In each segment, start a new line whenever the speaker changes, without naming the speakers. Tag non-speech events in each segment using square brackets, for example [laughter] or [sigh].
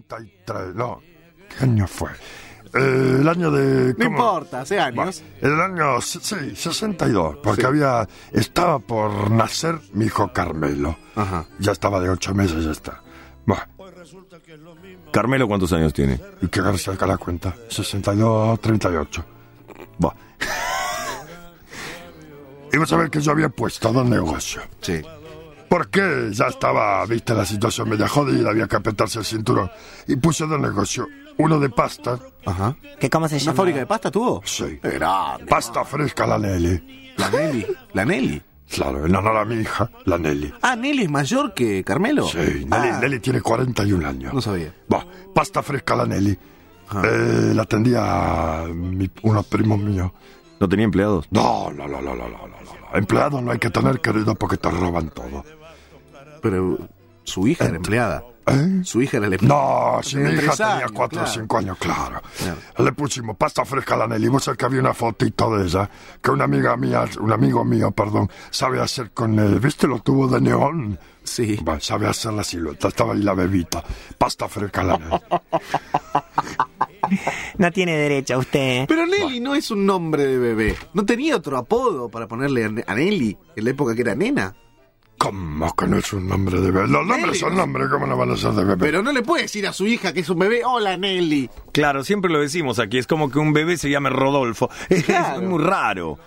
63, no. ¿Qué año fue? Eh, el año de...
No
¿cómo?
importa, hace años.
El año, s- sí, 62, porque había, estaba por nacer mi hijo Carmelo.
Ajá.
Ya estaba de ocho meses, ya está. Bah,
Carmelo, ¿cuántos años tiene?
y que se saca la cuenta. 62, 38.
Bah.
[laughs] Y vos sabés que yo había puesto dos negocios.
Sí.
Porque ya estaba, viste, la situación media jodida, había que apretarse el cinturón. Y puse dos negocios. Uno de pasta,
Ajá.
¿Qué, ¿Cómo se
¿Una
llama?
fábrica de pasta tuvo?
sí.
Qué grande.
Pasta fresca, la Nelly.
La Nelly. La Nelly.
Claro, en honor a mi hija, la Nelly.
Ah, Nelly es mayor que Carmelo.
Sí, Nelly,
Ah,
Nelly tiene 41 años.
No sabía. Ah.
Bah, pasta fresca, la Nelly. Eh, la atendía mi- unos primos míos.
¿No tenía empleados?
No, no, no, no, no, no, no, no. Empleados no hay que tener, querido, porque te roban todo.
Pero su hija era empleada.
¿Eh?
Su hija era la empleada.
No, si mi hija
empresario,
tenía cuatro o
claro.
cinco años, claro.
Claro.
Le pusimos pasta fresca a la Nelly. Vos sabés que había una fotito de ella, que una amiga mía, un amigo mío, perdón, sabe hacer con el, ¿viste los tubos de neón?
Sí.
Bueno, sabe hacer la silueta, estaba ahí la bebita. Pasta fresca a la
[laughs]
Nelly.
No tiene derecho usted. ¿eh?
Pero Nelly no es un nombre de bebé. No tenía otro apodo para ponerle a Ne- a Nelly en la época que era nena.
¿Cómo que no es un nombre de bebé? Los nombres son nombres, ¿cómo no van a ser de bebé?
Pero no le puede decir a su hija que es un bebé, hola Nelly.
Claro, siempre lo decimos aquí. Es como que un bebé se llame Rodolfo. [laughs]
Claro.
Es muy raro.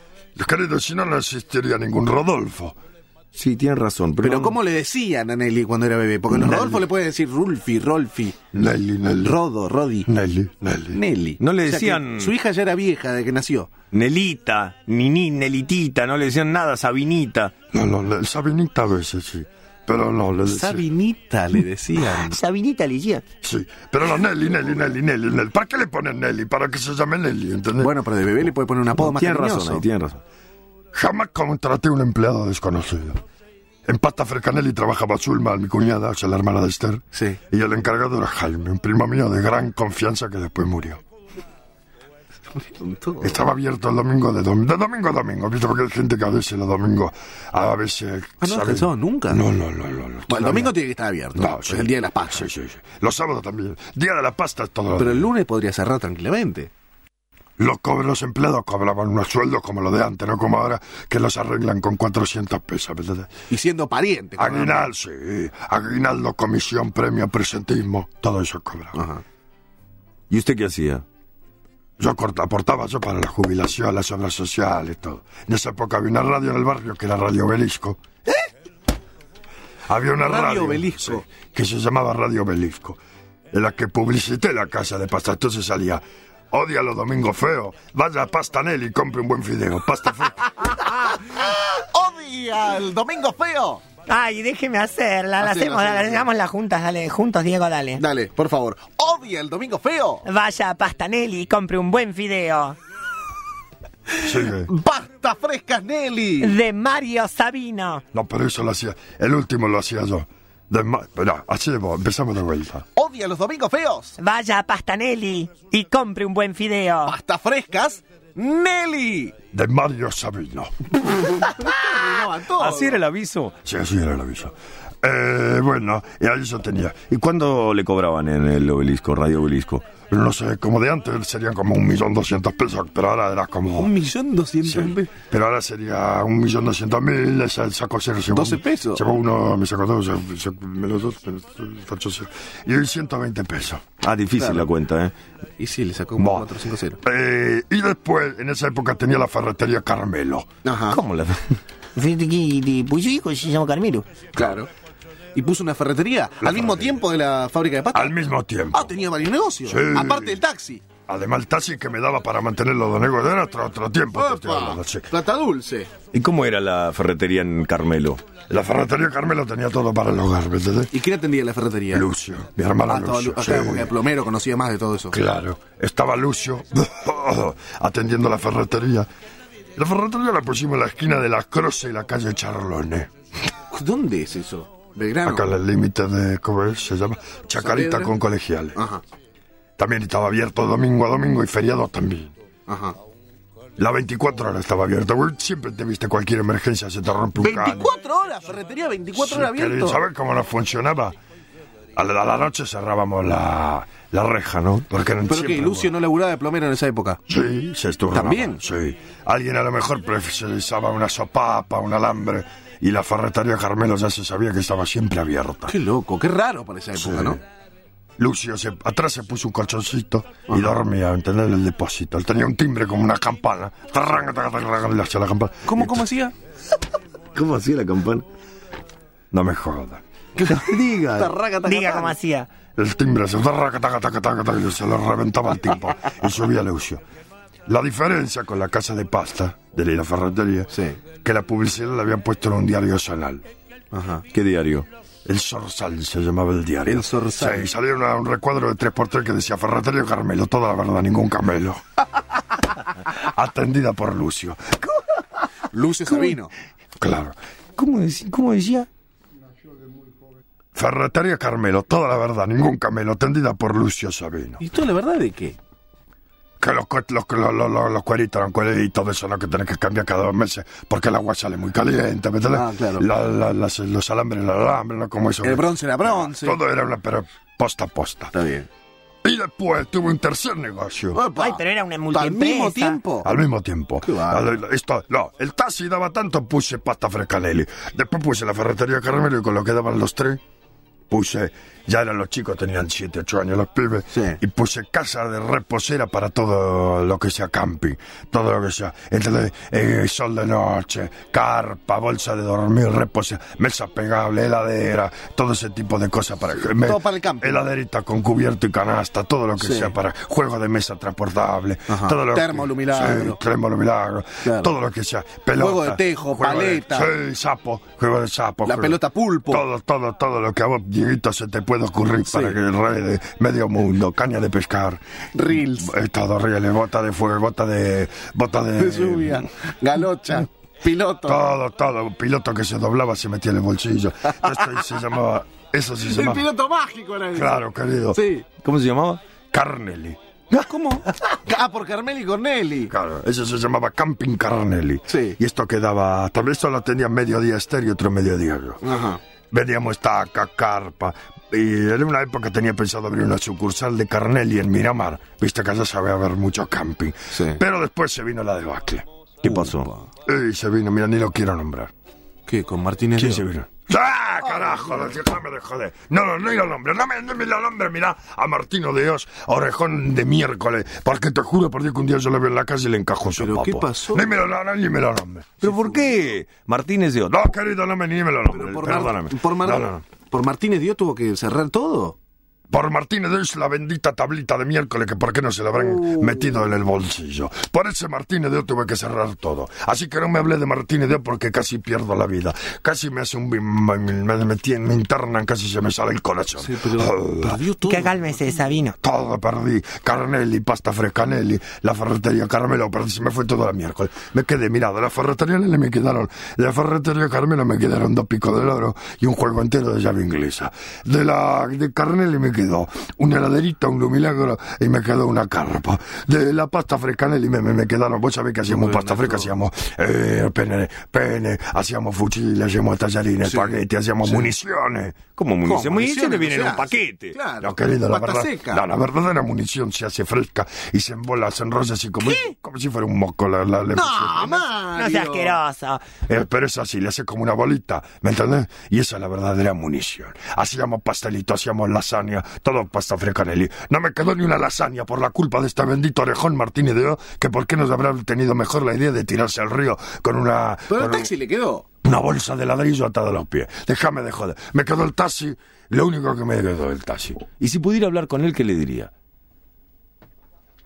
Querido, si no, no existiría ningún Rodolfo.
Sí, tienes razón.
Pero
no-
¿cómo le decían a Nelly cuando era bebé? Porque los Rodolfo le puede decir Rulfi, Rolfi,
Nelly, Nelly.
Rodo, Rodi,
Nelly, Nelly.
Nelly.
No le
O sea que
decían-
su hija ya era vieja de que nació.
Nelita, Nini, Nelitita, no le decían nada, Sabinita.
No, no, le- Sabinita a veces sí. Pero no, le decía.
Sabinita le
[laughs]
decían.
Sabinita Ligia.
Sí, pero no, Nelly, Nelly, Nelly, Nelly, Nelly. ¿Para qué le ponen Nelly? Para que se llame Nelly, ¿entendés?
bueno, pero de bebé le puede poner un apodo más
Tienes
cariñoso.
razón, ahí, tienes razón.
Jamás contraté un empleado desconocido. En Pasta Fresca Nelly trabajaba Zulma, mi cuñada, o sea, la hermana de Esther.
Sí.
Y el encargado era Jaime, un primo mío de gran confianza que después murió. Estaba abierto el domingo de, dom- de domingo a domingo, ¿viste? Porque hay gente que a veces los domingos, a veces...
Ah, no,
¿sabes?
no, nunca.
No, no, no, no. no.
Bueno, el domingo tiene que estar abierto.
No,
es
sí.
el día de las pastas.
Sí, sí, sí. Los sábados también. Día de la pasta es todo.
Pero el lunes podría cerrar tranquilamente.
Los, co- los empleados cobraban unos sueldos como los de antes, no como ahora que los arreglan con 400 pesos. ¿me entendés?
Y siendo pariente. con-
Aguinaldo, sí. Aguinaldo, comisión, premio, presentismo, todo eso cobraba.
Ajá.
¿Y usted qué hacía?
Yo corta- aportaba yo para la jubilación, las obras sociales, todo. En esa época había una radio en el barrio que era Radio Belisco. Había una
Radio
radio,
Obelisco.
sí, que se llamaba Radio Belisco, en la que publicité la casa de pasta. Entonces salía, odia los domingos feos, vaya a Pastanel y compre un buen fideo. Pasta
[laughs]
fresca.
¡Odia el domingo feo!
Ay, déjeme hacerla.
Hacela,
La hacemos,
hacela,
la
hacela.
hacemos las juntas, dale. Juntos, Diego, dale.
Dale, por favor. ¡Odia el domingo feo!
Vaya a Pastanelli y compre un buen fideo.
Sí, eh.
¡Basta frescas, Nelly!
De Mario Sabino.
No, pero eso lo hacía. El último lo hacía yo. De ma- Verá, así de vos, empezamos de vuelta.
¡Odia los domingos feos!
Vaya a Pastanelli y compre un buen fideo.
¡Basta frescas, Nelly!
De Mario Sabino.
Arruinaban todo.
Oh. ¿Así era el aviso?
Sí, así era el aviso. Eh, bueno, y ahí yo tenía.
¿Y cuándo le cobraban en el obelisco, Radio Obelisco?
No sé, como de antes serían como un millón doscientos pesos, pero ahora era
Un
como...
millón doscientos
Sí,
mil.
pero ahora sería un millón doscientos mil, esa- el saco cero. Llevo,
12 pesos.
Llevo uno, me saco dos, se- se- menos dos, menos tres, ocho, cero. Y hoy 120 pesos.
Ah, difícil
Claro.
la cuenta, ¿eh?
Y sí, le sacó un
Bah.
450.
Eh, y después, en esa época tenía la ferretería Carmelo.
Ah.
Ajá.
¿Cómo la.? [laughs]
Pues su hijo se llama Carmelo.
Claro. Y puso una ferretería
La
al mismo
ferretería.
tiempo de la fábrica de patas.
Al mismo tiempo.
Ah, tenía varios negocios.
Sí.
Aparte del taxi.
Además, el taxi que me daba para mantener los donegos era otro, otro tiempo. te estoy
Opa,
hablando, sí.
plata dulce.
¿Y cómo era la ferretería en Carmelo?
La ferretería Carmelo tenía todo para el hogar, ¿me entendés?
¿Y quién atendía la ferretería?
Lucio, mi hermano
Ah, estaba
Lucio.
Lu-
sí.
acá, porque el plomero conocía más de todo eso.
Claro, estaba Lucio [laughs] atendiendo la ferretería. La ferretería la pusimos en la esquina de la Croce y la calle Charlone.
¿Dónde es eso? Belgrano.
Acá en el límite de, ¿cómo es? Se llama Chacarita
Saavedra.
con colegiales.
Ajá,
También estaba abierto domingo a domingo y feriado también.
ajá.
La 24 horas estaba abierta. Vos Siempre te viste cualquier emergencia, se te rompe un cable.
¡24 horas! Ferretería 24 horas abierto.
¿Sabes cómo no funcionaba? a la, a la noche cerrábamos la, la reja, ¿no? Porque no
Pero
siempre-
que Lucio no laburaba de plomero en esa época.
Sí, se esturraban.
¿También?
Sí. Alguien a lo mejor precisaba una sopapa, un alambre, y la ferretería Carmelo ya se sabía que estaba siempre abierta.
Qué loco, qué raro para esa época,
Sí.
¿no?
Lucio se- atrás se puso un colchoncito y dormía, ¿entendés? En el depósito. Él tenía un timbre como una campana. Tarranga, tarranga, tarranga, le hacía la campana.
¿Cómo,
Y-
cómo hacía?
¿Cómo hacía la campana?
No me jodas.
Diga.
Tarraca, taca,
Diga
taca.
cómo hacía.
El timbre se tarraca, taca, taca, taca, taca, y se lo reventaba el tipo. Y subía Lucio. La diferencia con la casa de pasta de la ferretería
Sí.
que la publicidad la habían puesto en un diario zonal.
Ajá.
¿Qué diario?
El Zorzal se llamaba el diario.
El Zorzal.
Sí, salía una- un recuadro de 3x3 que decía Ferretería Carmelo, toda la verdad, ningún
[laughs]
camelo. Atendida por Lucio.
Lucio Sabino.
Claro.
¿Cómo, decí- cómo decía?
Ferretería Carmelo, toda la verdad, ningún camelo, atendida por Lucio Sabino.
¿Y toda la verdad de qué?
Que los, cu- los, los, los, los- los cueritos, los cueritos, todo eso, ¿no? Que tenés que cambiar cada dos meses porque el agua sale muy caliente, ¿me entendés?
Ah, claro.
La- la- las- los alambres, los alambres, ¿no? Como eso.
El bronce era bronce.
Todo era una, pero posta a posta.
Está bien.
Y después tuve un tercer negocio.
Opa.
Ay, pero era una
Al mismo
multiempresa.
tiempo.
Al mismo tiempo.
Qué bárbaro.
Al- Esto, no, el taxi daba tanto, puse pasta frescanelli. Después puse la ferretería Carmelo y con lo que daban los tres, puse, ya eran los chicos, tenían 7, 8 años los pibes,
Sí.
y puse casa de reposera para todo lo que sea camping, todo lo que sea. Entonces, eh, sol de noche, carpa, bolsa de dormir, reposera, mesa pegable, heladera, todo ese tipo de cosas para... me-
Todo para el camping.
Heladerita con cubierto y canasta, todo lo que
Sí. Ah.
sea para juego de mesa transportable,
Ajá.
todo lo que-
Termo lo milagro.
Sí, termo lo milagro.
Claro.
Todo lo que sea. Pelota.
Juego de tejo,
juego de-
paleta.
sí, sapo. Juego de sapo.
La
juego-
pelota pulpo. [laughs]
Todo, todo, todo lo que a vos, Dieguito, se te puede ocurrir para que rede medio mundo. Caña de pescar.
Reels.
Eh, Todo reales, bota de fuego, bota de. Bota de.
De [laughs] lluvia. Galocha. Piloto.
Todo, todo. Un piloto que se doblaba se metía en el
[laughs]
bolsillo. Esto se llamaba. Eso se
El
llamaba.
piloto mágico era ese.
Claro, querido.
Sí.
¿Cómo se llamaba?
Carnelli.
¿Cómo? Ah, por Carmel y Corneli.
Claro, eso se llamaba Camping Carnelli.
Sí.
Y esto quedaba. Tal vez solo tenía mediodía estéreo y otro mediodía. yo.
Ajá.
Vendíamos taca, carpa. Y en una época tenía pensado abrir una sucursal de Carnelli en Miramar. Viste que allá sabía haber mucho camping.
Sí.
Pero después se vino la debacle.
¿Qué pasó?
Y se vino, mira, ni lo quiero nombrar.
¿Qué? ¿Con Martínez?
¿Quién se vino? ¡Ah, carajo! Déjame de joder. No, no, no lo nombre. No me, no me lo nombre, mirá. A Martino de Dios, orejón de miércoles. Porque te juro por Dios que un día yo le veo en la calle y le encajo su
¿Pero qué
papo.
pasó?
Ni me lo nombre, ni me lo nombre.
¿Pero por qué? Martínez de Oro.
No, querido, no me, ni me lo nombre.
Pero por, Mar-
perdóname.
por, Mar-
No, no, no.
por Martínez Dios tuvo que cerrar todo.
Por Martínez Dios, la bendita tablita de miércoles que por qué no se la habrán metido en el bolsillo. Por ese Martínez Dios tuve que cerrar todo. Así que no me hablé de Martínez Dios porque casi pierdo la vida. Casi me hace un... bim- Me, metí en me internan, casi se me sale el corazón. Ah.
perdió todo.
Que cálmese, Sabino.
Todo perdí. Carnelli, pasta frescanelli, la ferretería Carmelo, perdí, se me fue todo la miércoles. Me quedé mirado. La ferretería Lele me quedaron. De la ferretería Carmelo me quedaron dos picos del oro y un juego entero de llave inglesa. De la de Carnelli me quedó una heladerita, un lumilagro y me quedó una carpa. De la pasta frescanelli me, me, me quedaron. Vos sabés que hacíamos pasta fresca, hacíamos eh, pene, pene, hacíamos fuchiles, hacíamos tallarines, paquete, hacíamos municiones.
¿Cómo
¿Cómo?
munición? Munición te viene en
se
un
hace.
paquete.
Claro.
No, querido, la
Pata
verdad.
seca.
No, la verdadera munición se hace fresca y se embola, se enrolla así como, como si fuera un moco la, la, la-
No, Mario.
No sea asqueroso.
Eh, pero es así, le hace como una bolita, ¿me entendés? Y esa es la verdadera munición. Hacíamos pastelito, hacíamos lasaña, todo pasta frecanelli. No me quedó ni una lasaña por la culpa de este bendito orejón Martínez de O, que por qué nos habrá tenido mejor la idea de tirarse al río con una...
Pero
con un-
el taxi le quedó.
una bolsa de ladrillo atada a los pies. Déjame de joder. Me quedó el taxi, lo único que me quedó el taxi.
Y si pudiera hablar con él, ¿qué le diría?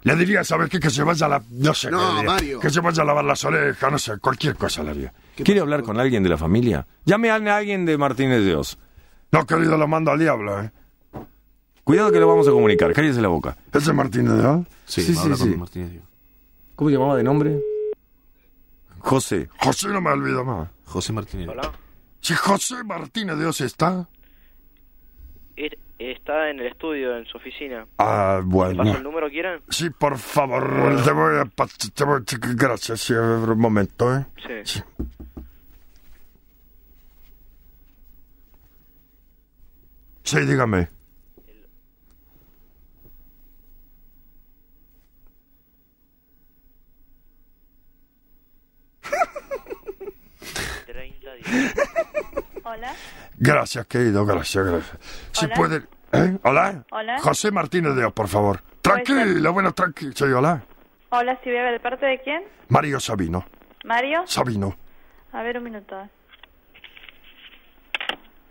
Le diría, ¿sabes qué? Que se vaya a la... No sé.
No,
qué le diría.
Mario.
Que se vaya a lavar las orejas, no sé, cualquier cosa le haría.
¿Quiere hablar con alguien de la familia? Llame a alguien de Martínez de Oz.
No, querido, lo mando al diablo, ¿eh?
Cuidado que lo vamos a comunicar. Cállese la boca.
Ese Martínez, ¿no?
Sí,
Sí,
habla
sí,
con
sí.
Martínez Dios.
¿Cómo llamaba de nombre? José.
José no me olvido más.
José Martínez Dios.
Si José Martínez de Dios está...
Er- Está en el estudio, en su oficina.
Ah,
¿Le paso el
bueno.
número, quieren?
Sí, por favor, te voy a... pa- Te voy a- Gracias, sí, un momento, ¿eh?
Sí.
Sí. Sí, dígame.
estadio.
Hola.
Gracias, querido, gracias, gracias. Si
Hola.
pueden... ¿Eh? ¿Hola?
Hola. Pues,
José Martínez de Oz, por favor.
Puede ser.
Tranquilo, bueno, tranquilo. Sí, hola.
Hola, sí, bebe. ¿De parte de quién?
Mario Sabino.
¿Mario?
Sabino.
A ver, un minuto.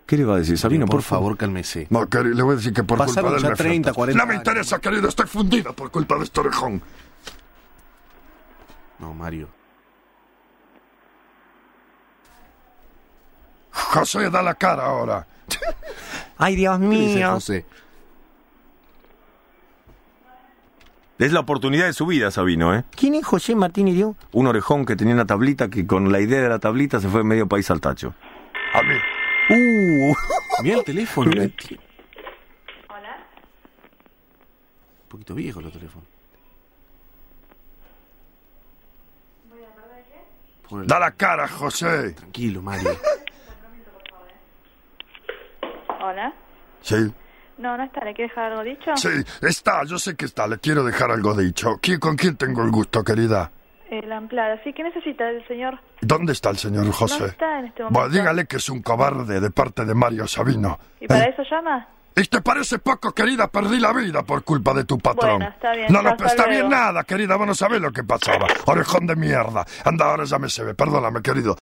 ¿Qué le va a decir? Sabino,
por favor, cálmese.
No, queri- le voy a decir que por
Pasaron
culpa del
ya
refrán.
30, 40
No me interesa, querido, estoy fundida por culpa de este orejón.
No, Mario.
José, da la cara ahora.
Ay, Dios
¿Qué dice
mío.
José?
Es la oportunidad de su vida, Sabino, ¿eh?
¿Quién es José Martínez Dios?
Un orejón que tenía una tablita que con la idea de la tablita se fue medio país al tacho.
A mí.
Uh,
Mira el teléfono. [laughs] Un
Hola.
poquito viejo los teléfonos. Por el-
Da la cara, José.
Tranquilo, Mario.
Hola.
Sí.
No, no está. ¿Le quiere dejar algo dicho?
Sí, está, yo sé que está, le quiero dejar algo dicho. ¿Qui- ¿Con quién tengo el gusto, querida?
El amplada. Eh, Sí, ¿qué necesita el señor?
¿Dónde está el señor José?
No está en este momento.
Bueno, dígale que es un cobarde de parte de Mario Sabino.
¿Y para
¿Eh?
eso llama?
¿Y te parece poco, querida? Perdí la vida por culpa de tu patrón.
Bueno, está bien,
No, no,
hasta
está bien
luego.
nada, querida. Vos no sabés lo que pasaba. Orejón de mierda. Anda, ahora ya me se ve. Perdóname, querido.